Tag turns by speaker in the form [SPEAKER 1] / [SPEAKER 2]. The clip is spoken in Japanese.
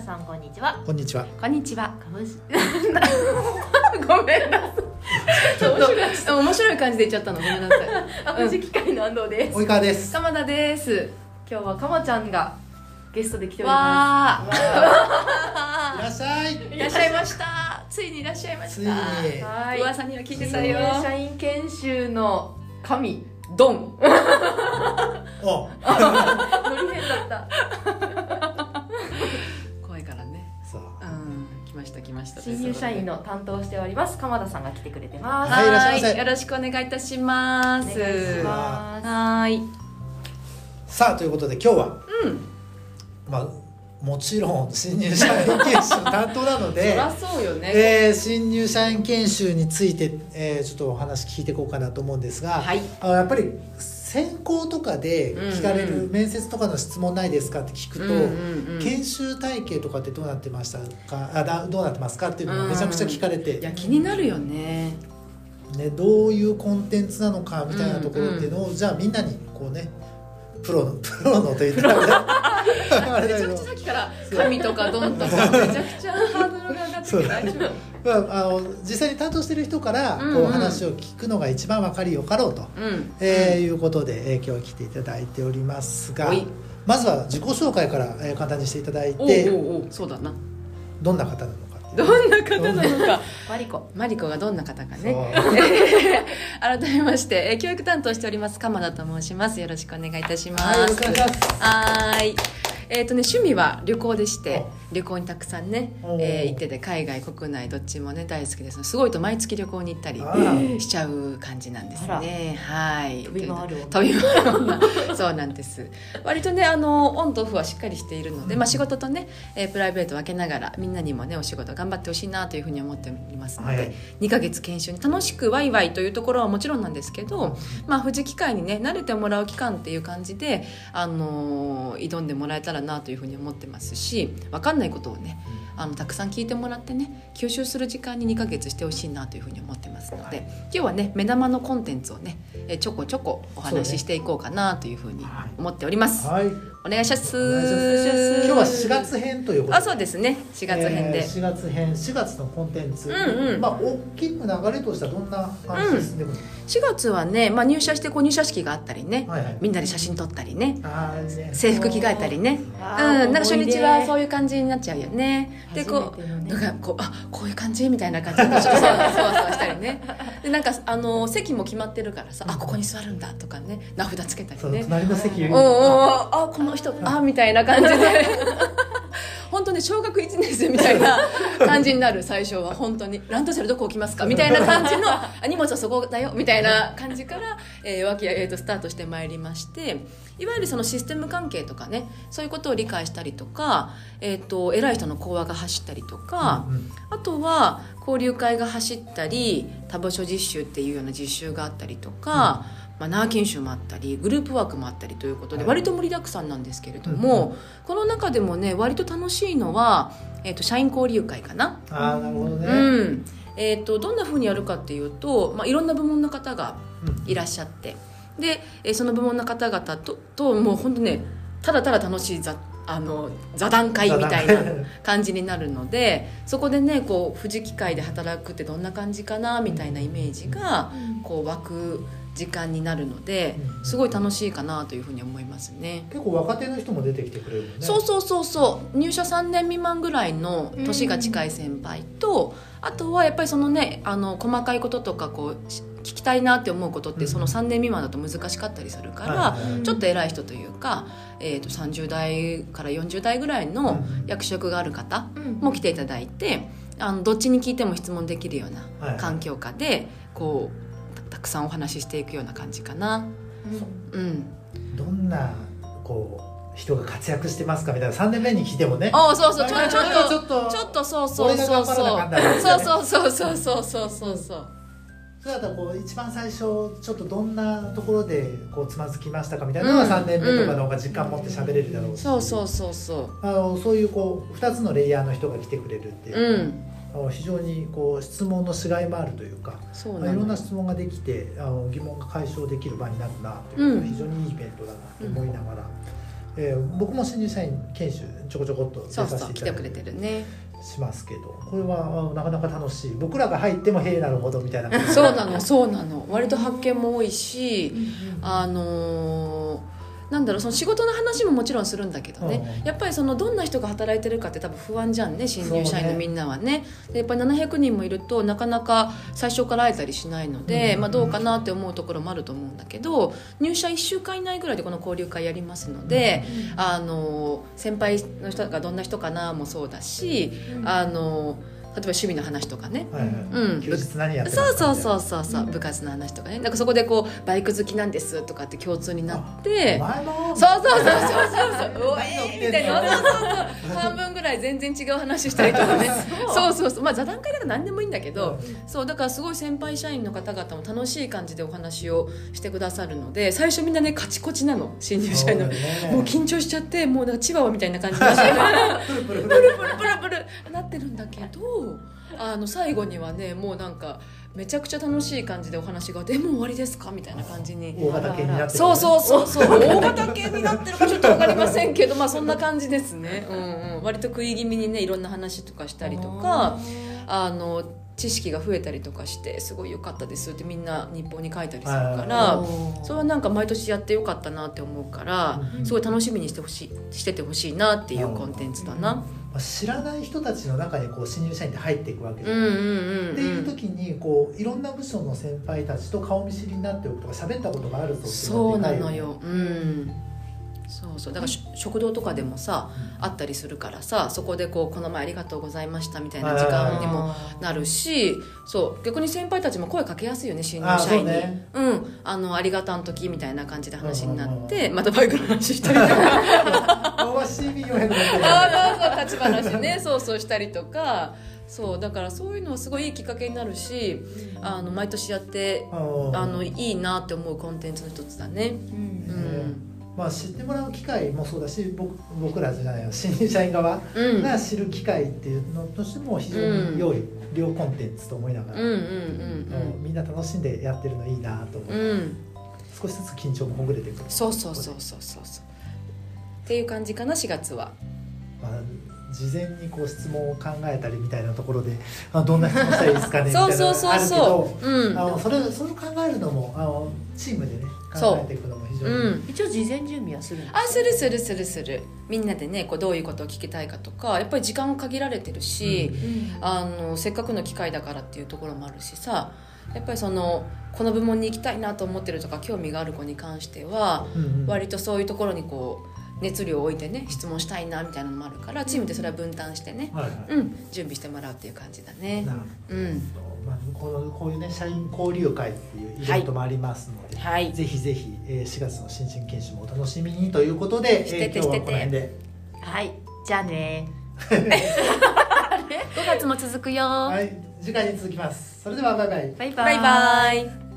[SPEAKER 1] さんこんにちは
[SPEAKER 2] こんにちは。
[SPEAKER 3] こんにちは。
[SPEAKER 1] 株式
[SPEAKER 3] ごめんなさい。ちょっと面白い感じで言っちゃったの。ごめんな さい。
[SPEAKER 1] 株式会の安藤です
[SPEAKER 2] 及川です。
[SPEAKER 3] 鎌田です。
[SPEAKER 1] 今日はかまちゃんがゲストで来ておりま
[SPEAKER 3] わ
[SPEAKER 2] い
[SPEAKER 3] あ。
[SPEAKER 2] らっしゃい。
[SPEAKER 3] いらっしゃいました。ついにいらっしゃいま
[SPEAKER 2] つ
[SPEAKER 3] し
[SPEAKER 2] い
[SPEAKER 3] た。
[SPEAKER 1] す
[SPEAKER 2] に。
[SPEAKER 1] は
[SPEAKER 3] 噂には聞いてた
[SPEAKER 1] 新
[SPEAKER 3] よ。
[SPEAKER 1] 入社員研修の神
[SPEAKER 3] ドン。
[SPEAKER 2] お、
[SPEAKER 1] ノリ変だった
[SPEAKER 3] 怖いからね。
[SPEAKER 2] そう。
[SPEAKER 3] うん。来ました来ま した。
[SPEAKER 1] 新入社員の担当しております鎌田さんが来てくれてます
[SPEAKER 2] はいいらっしゃいませ
[SPEAKER 3] はよろしくお願いいたしま
[SPEAKER 1] お
[SPEAKER 3] す。
[SPEAKER 1] 願いします
[SPEAKER 3] はーい。
[SPEAKER 2] さあということで今日は、
[SPEAKER 3] うん。
[SPEAKER 2] まあもちろん新入社員研修担当なの
[SPEAKER 3] そ
[SPEAKER 2] で。
[SPEAKER 3] らそうよね。
[SPEAKER 2] えー新入社員研修について、えーちょっとお話聞いていこうかなと思うんですが、
[SPEAKER 3] はい。
[SPEAKER 2] あやっぱり選考とかで聞かれる、
[SPEAKER 3] うんうん
[SPEAKER 2] 面接とかの質問ないですかって聞くと、
[SPEAKER 3] うんうんうん
[SPEAKER 2] 研修体系とかってどうなってましたかあだどうなってますかっていうのがめちゃくちゃ聞かれて、
[SPEAKER 3] いや気になるよね。
[SPEAKER 2] ね、どういうコンテンツなのかみたいなところっていうのを、じゃあみんなにこうねプロの プロのと言ったらね あれ
[SPEAKER 3] め
[SPEAKER 2] だ
[SPEAKER 3] ち
[SPEAKER 2] け
[SPEAKER 3] ゃく
[SPEAKER 2] ど
[SPEAKER 3] ちゃさっきから神とかドンとか めちゃくちゃハードルが上がって
[SPEAKER 2] そう
[SPEAKER 3] て大丈夫。
[SPEAKER 2] まあ、あの実際に担当してる人からこ
[SPEAKER 3] うん
[SPEAKER 2] う
[SPEAKER 3] うん
[SPEAKER 2] 話を聞くのが一番わかりよかろうと、
[SPEAKER 3] うん。
[SPEAKER 2] えーいうことで、えー今日は来ていただいておりますが
[SPEAKER 3] おい
[SPEAKER 2] まずは自己紹介から、えー簡単にしていただい
[SPEAKER 3] おうお
[SPEAKER 2] て
[SPEAKER 3] うおうそうだな。
[SPEAKER 2] どんな方なのかっていう
[SPEAKER 3] どんな方なのか。
[SPEAKER 1] マリコ
[SPEAKER 3] マリコがどんな方かね。
[SPEAKER 2] そう
[SPEAKER 3] 改めまして、えー教育担当しております鎌田と申します。よろしくお願いいたします。
[SPEAKER 2] はいよろしくお願いします
[SPEAKER 3] はーいえーとね、趣味は旅行でして
[SPEAKER 2] お
[SPEAKER 3] 旅行にたくさんね、
[SPEAKER 2] お
[SPEAKER 3] えー行ってて海外国内どっちもね大好きですすごいと毎月旅行に行ったり
[SPEAKER 2] あら
[SPEAKER 3] しちゃう感じなんですねはい
[SPEAKER 1] 飛び回る
[SPEAKER 3] 飛び回る女そうなんです割とねあのオンとオフはしっかりしているので、まあ、仕事とね、えープライベート分けながらみんなにもねお仕事頑張ってほしいなというふうに思っておりますので、
[SPEAKER 2] はいはい
[SPEAKER 3] 2ヶ月研修に楽しくワイワイというところはもちろんなんですけど、まあ、富士機会にね慣れてもらう期間っていう感じで、あのー挑んでもらえたらなというふうに思ってますし分かんないことをねあのたくさん聞いてもらってね吸収する時間に2ヶ月してほしいなというふうに思ってますので、
[SPEAKER 2] はい
[SPEAKER 3] 今日はね目玉のコンテンツをねえちょこちょこお話ししていこうかなというふうに思っております。
[SPEAKER 2] はい
[SPEAKER 3] お願いします。
[SPEAKER 2] お願いします今日は4月編ということ
[SPEAKER 3] あそうですね4月編で、
[SPEAKER 2] えー4月編4月のコンテンツ、
[SPEAKER 3] うんうん
[SPEAKER 2] まあ大きく流れとしてはどんな感じですでも
[SPEAKER 3] 4月はね、まあ、入社してこう入社式があったりね、
[SPEAKER 2] はいはい
[SPEAKER 3] みんなで写真撮ったりね
[SPEAKER 2] あーね
[SPEAKER 3] 制服着替えたりねうんなんか初日はそういう感じになっちゃうよねでこう
[SPEAKER 1] う
[SPEAKER 3] なんかこうあこういう感じみたいな感じでちょっとそわそわそわしたりねでなんかあの席も決まってるからさあここに座るんだとかね名札つけた
[SPEAKER 2] そう
[SPEAKER 3] りね
[SPEAKER 2] 隣の席
[SPEAKER 3] おーおーおーあこの人あみたいな感じで本当に小学1年生みたいな感じになる最初は本当にランドセルどこ置きますかみたいな感じのあ荷物はそこだよみたいな感じから、えー、和気あいあいとスタートしてまいりましていわゆるそのシステム関係とかねそういうことを理解したりとか、えー、と偉い人の講話が走ったりとか、
[SPEAKER 2] うんうん
[SPEAKER 3] あとは交流会が走ったり多母書実習っていうような実習があったりとか、マナー研修もあったりグループワークもあったりということで、
[SPEAKER 2] はい
[SPEAKER 3] 割と盛りだくさんなんですけれども、この中でもね割と楽しいのは、えー、と社員交流会かな。
[SPEAKER 2] あーなるほどね、
[SPEAKER 3] うんえー、とどんなふうにやるかっていうと、まあ、いろんな部門の方が
[SPEAKER 2] うん
[SPEAKER 3] いらっしゃってで、えーその部門の方々とともう本当ねただただ楽しい座あの座談会み たいな感じになるのでそこでねこう富士機械で働くってどんな感じかなみたいなイメージがこう湧く時間になるので
[SPEAKER 2] うん
[SPEAKER 3] すごい楽しいかなというふうに思いますね。
[SPEAKER 2] 結構若手の人も出てきてくれるもんね
[SPEAKER 3] そうそうそうそう入社3年未満ぐらいの年が近い先輩と、あとはやっぱりそのねあの細かいこととかこうし聞きたいなって思うことっ
[SPEAKER 2] う
[SPEAKER 3] て
[SPEAKER 2] ん
[SPEAKER 3] その3年未満だと難しかったりするか
[SPEAKER 2] は
[SPEAKER 3] ら、
[SPEAKER 2] いはいはい
[SPEAKER 1] うん
[SPEAKER 3] ちょっと偉い人というか、えー、と30代から40代ぐらいの役職がある方も来ていただいてあのどっちに聞いても質問できるような
[SPEAKER 2] はい
[SPEAKER 3] 環境下でこうたたくさんお話ししていくような感じかな。うん、
[SPEAKER 2] どんなこう人が活躍してますかみたいな3年目に聞いてもね
[SPEAKER 3] おーそうそうちょ
[SPEAKER 2] なん
[SPEAKER 3] ちょ
[SPEAKER 2] か
[SPEAKER 3] っ
[SPEAKER 2] なんか
[SPEAKER 3] と
[SPEAKER 2] ちょっと
[SPEAKER 3] ちょっとそうそう
[SPEAKER 2] 俺が
[SPEAKER 3] そ
[SPEAKER 2] 頑
[SPEAKER 3] う
[SPEAKER 2] 張
[SPEAKER 3] そ
[SPEAKER 2] らなあかんだろ
[SPEAKER 3] うそうそうそうそうそうそうそう
[SPEAKER 2] そうだったらこう一番最初ちょっとどんなところでこうつまずきましたかみたいなのが
[SPEAKER 3] うん
[SPEAKER 2] 3年目とかの方が実感持って喋れるだろうし、
[SPEAKER 3] そうそうそうそ
[SPEAKER 2] あのそういうこう2つのレイヤーの人が来てくれるっていう
[SPEAKER 3] う、うん
[SPEAKER 2] あの非常にこう質問のしがいもあるというか、
[SPEAKER 3] そう
[SPEAKER 2] まあ
[SPEAKER 3] ない
[SPEAKER 2] ろん
[SPEAKER 3] の
[SPEAKER 2] な質問ができてあの疑問が解消できる場になるなということで、
[SPEAKER 3] うん
[SPEAKER 2] 非常にいいイベントだなと思いながら、えー僕も新入社員研修ちょこちょこっと出
[SPEAKER 3] そう
[SPEAKER 2] さ
[SPEAKER 3] そ
[SPEAKER 2] せてい
[SPEAKER 3] う来
[SPEAKER 2] た
[SPEAKER 3] て
[SPEAKER 2] だ
[SPEAKER 3] く
[SPEAKER 2] い
[SPEAKER 3] れて
[SPEAKER 2] て
[SPEAKER 3] るね
[SPEAKER 2] しますけどこれはあなかなか楽しい僕らが入っても「へえなるほど」みたいな感じ
[SPEAKER 3] そうなのそうなの割と発見も多いしあのーなんだろうその仕事の話ももちろんするんだけどね、
[SPEAKER 2] うん
[SPEAKER 3] やっぱりそのどんな人が働いてるかって多分不安じゃんね新入社員のみんなはねでやっぱり700人もいるとなかなか最初から会えたりしないので、
[SPEAKER 2] うん
[SPEAKER 3] まあ、どうかなって思うところもあると思うんだけど入社1週間以内ぐらいでこの交流会やりますので、あのー先輩の人がどんな人かなもそうだし、あのー例えば趣味の話とかね、
[SPEAKER 2] はいはい
[SPEAKER 3] うん
[SPEAKER 2] 休日何やってま
[SPEAKER 3] そう
[SPEAKER 2] す
[SPEAKER 3] そ
[SPEAKER 2] か
[SPEAKER 3] うそううそうそう、部活の話とかねなんかそこでこうバイク好きなんですとかって共通になっ
[SPEAKER 2] お
[SPEAKER 3] て
[SPEAKER 2] 前も
[SPEAKER 3] そうそうそうそうそうそううわ
[SPEAKER 2] 何乗ってんの
[SPEAKER 3] えーみたいなそうそうそう半分ぐらい全然違う話したりとかねそうそうそうまあ座談会だから何でもいいんだけど、そうだからすごい先輩社員の方々も楽しい感じでお話をしてくださるので最初みんなねカチコチなの新入社員の
[SPEAKER 2] そうだよね
[SPEAKER 3] もう緊張しちゃってもうなんかチワワみたいな感じだしプルプルプルプルプルなってるんだけどあの最後にはねもうなんかめちゃくちゃ楽しい感じでお話が「でもう終わりですか?」みたいな感じに。
[SPEAKER 2] 大型犬になってる
[SPEAKER 3] そうそうそうそう大型犬になってるかちょっと分かりませんけどまあそんな感じですね、うんうん、割と食い気味にねいろんな話とかしたりとかあの知識が増えたりとかしてすごい良かったですってみんな日報に書いたりするか
[SPEAKER 2] あ
[SPEAKER 3] らそれはなんか毎年やって良かったなって思うから
[SPEAKER 1] うん
[SPEAKER 3] すごい楽しみにしてほしいしててほしいなっていうコンテンツだな。
[SPEAKER 2] まあ知らない人たちの中にこう新入社員って入っていくわけ
[SPEAKER 3] う
[SPEAKER 2] で、
[SPEAKER 3] んうんうん
[SPEAKER 2] っていう時にこういろんな部署の先輩たちと顔見知りになっておくとか喋ったことがあると
[SPEAKER 3] そうなの
[SPEAKER 2] っていうは
[SPEAKER 3] よ、うん、そうそうだからし食堂とかでもさあったりするからさそこでこう「この前ありがとうございました」みたいな時間にもなるしそう逆に先輩たちも声かけやすいよね新
[SPEAKER 2] で
[SPEAKER 3] 入
[SPEAKER 2] かいよねあ
[SPEAKER 3] 社
[SPEAKER 2] そう
[SPEAKER 3] 員に。
[SPEAKER 2] ね
[SPEAKER 3] うん、あのありがたん時みたいな感じで話になっ
[SPEAKER 2] うん
[SPEAKER 3] てまたバイクの話したりとか
[SPEAKER 2] わしみよへんの
[SPEAKER 3] ああそうそう立ち話ね そうそうしたりとかそうだからそういうのはすごいいいきっかけになるしあの毎年やってあのいいなって思うコンテンツの一つだね。う
[SPEAKER 2] ね
[SPEAKER 3] ん
[SPEAKER 2] まあ知ってもらう機会もそうだし僕僕らじゃないよ新入社員側
[SPEAKER 3] うん
[SPEAKER 2] が知る機会っていうのとしても非常に良い、両コンテンツと思いなが
[SPEAKER 3] う
[SPEAKER 2] ら、
[SPEAKER 3] んうん
[SPEAKER 2] もうみんな楽しんでやってるのいいなと思
[SPEAKER 3] うんう
[SPEAKER 2] うん
[SPEAKER 3] うん
[SPEAKER 2] 少しずつ緊張もほぐれてくる、
[SPEAKER 3] そうそうそうそうそうそうっていう感じかな4月は
[SPEAKER 2] まあ、事前にこう質問を考えたりみたいなところであどんな質問したらいいですかねみたいな
[SPEAKER 3] そう
[SPEAKER 2] の
[SPEAKER 3] そう
[SPEAKER 2] が
[SPEAKER 3] そ
[SPEAKER 2] あ
[SPEAKER 3] う
[SPEAKER 2] るけ
[SPEAKER 3] そ
[SPEAKER 2] ど
[SPEAKER 3] うう
[SPEAKER 2] あ
[SPEAKER 3] ん
[SPEAKER 2] のそれそれを考えるのもあのチームでね
[SPEAKER 3] そう
[SPEAKER 2] 考えていくのも非常に、
[SPEAKER 3] うん
[SPEAKER 1] 一応事前準備はするんです
[SPEAKER 3] あするするするするみんなでねこうどういうことを聞きたいかとかやっぱり時間限られてるし、あのせっかくの機会だからっていうところもあるしさやっぱりそのこの部門に行きたいなと思ってるとか興味がある子に関しては
[SPEAKER 2] うんうん
[SPEAKER 3] 割とそういうところにこう熱量を置いてね質問したいなみたいなのもあるからチームでそれは分担してね、
[SPEAKER 2] はいはい
[SPEAKER 3] うん、準備してもらうっていう感じだね
[SPEAKER 2] なるほ
[SPEAKER 3] うん
[SPEAKER 2] どまあ、このこういうね社員交流会っていうイベントもありますので、
[SPEAKER 3] はい
[SPEAKER 2] ぜひぜひ、えー、4月の新人研修もお楽しみにということで、
[SPEAKER 3] し
[SPEAKER 2] え
[SPEAKER 3] てて
[SPEAKER 2] ー今日
[SPEAKER 3] して
[SPEAKER 2] は
[SPEAKER 3] て
[SPEAKER 2] この辺で、
[SPEAKER 1] はいじゃあね 5月も続くよ、
[SPEAKER 2] はい、次回に続きます。それではバイバイ。
[SPEAKER 1] バイバ
[SPEAKER 3] バ
[SPEAKER 1] イ
[SPEAKER 3] イバイ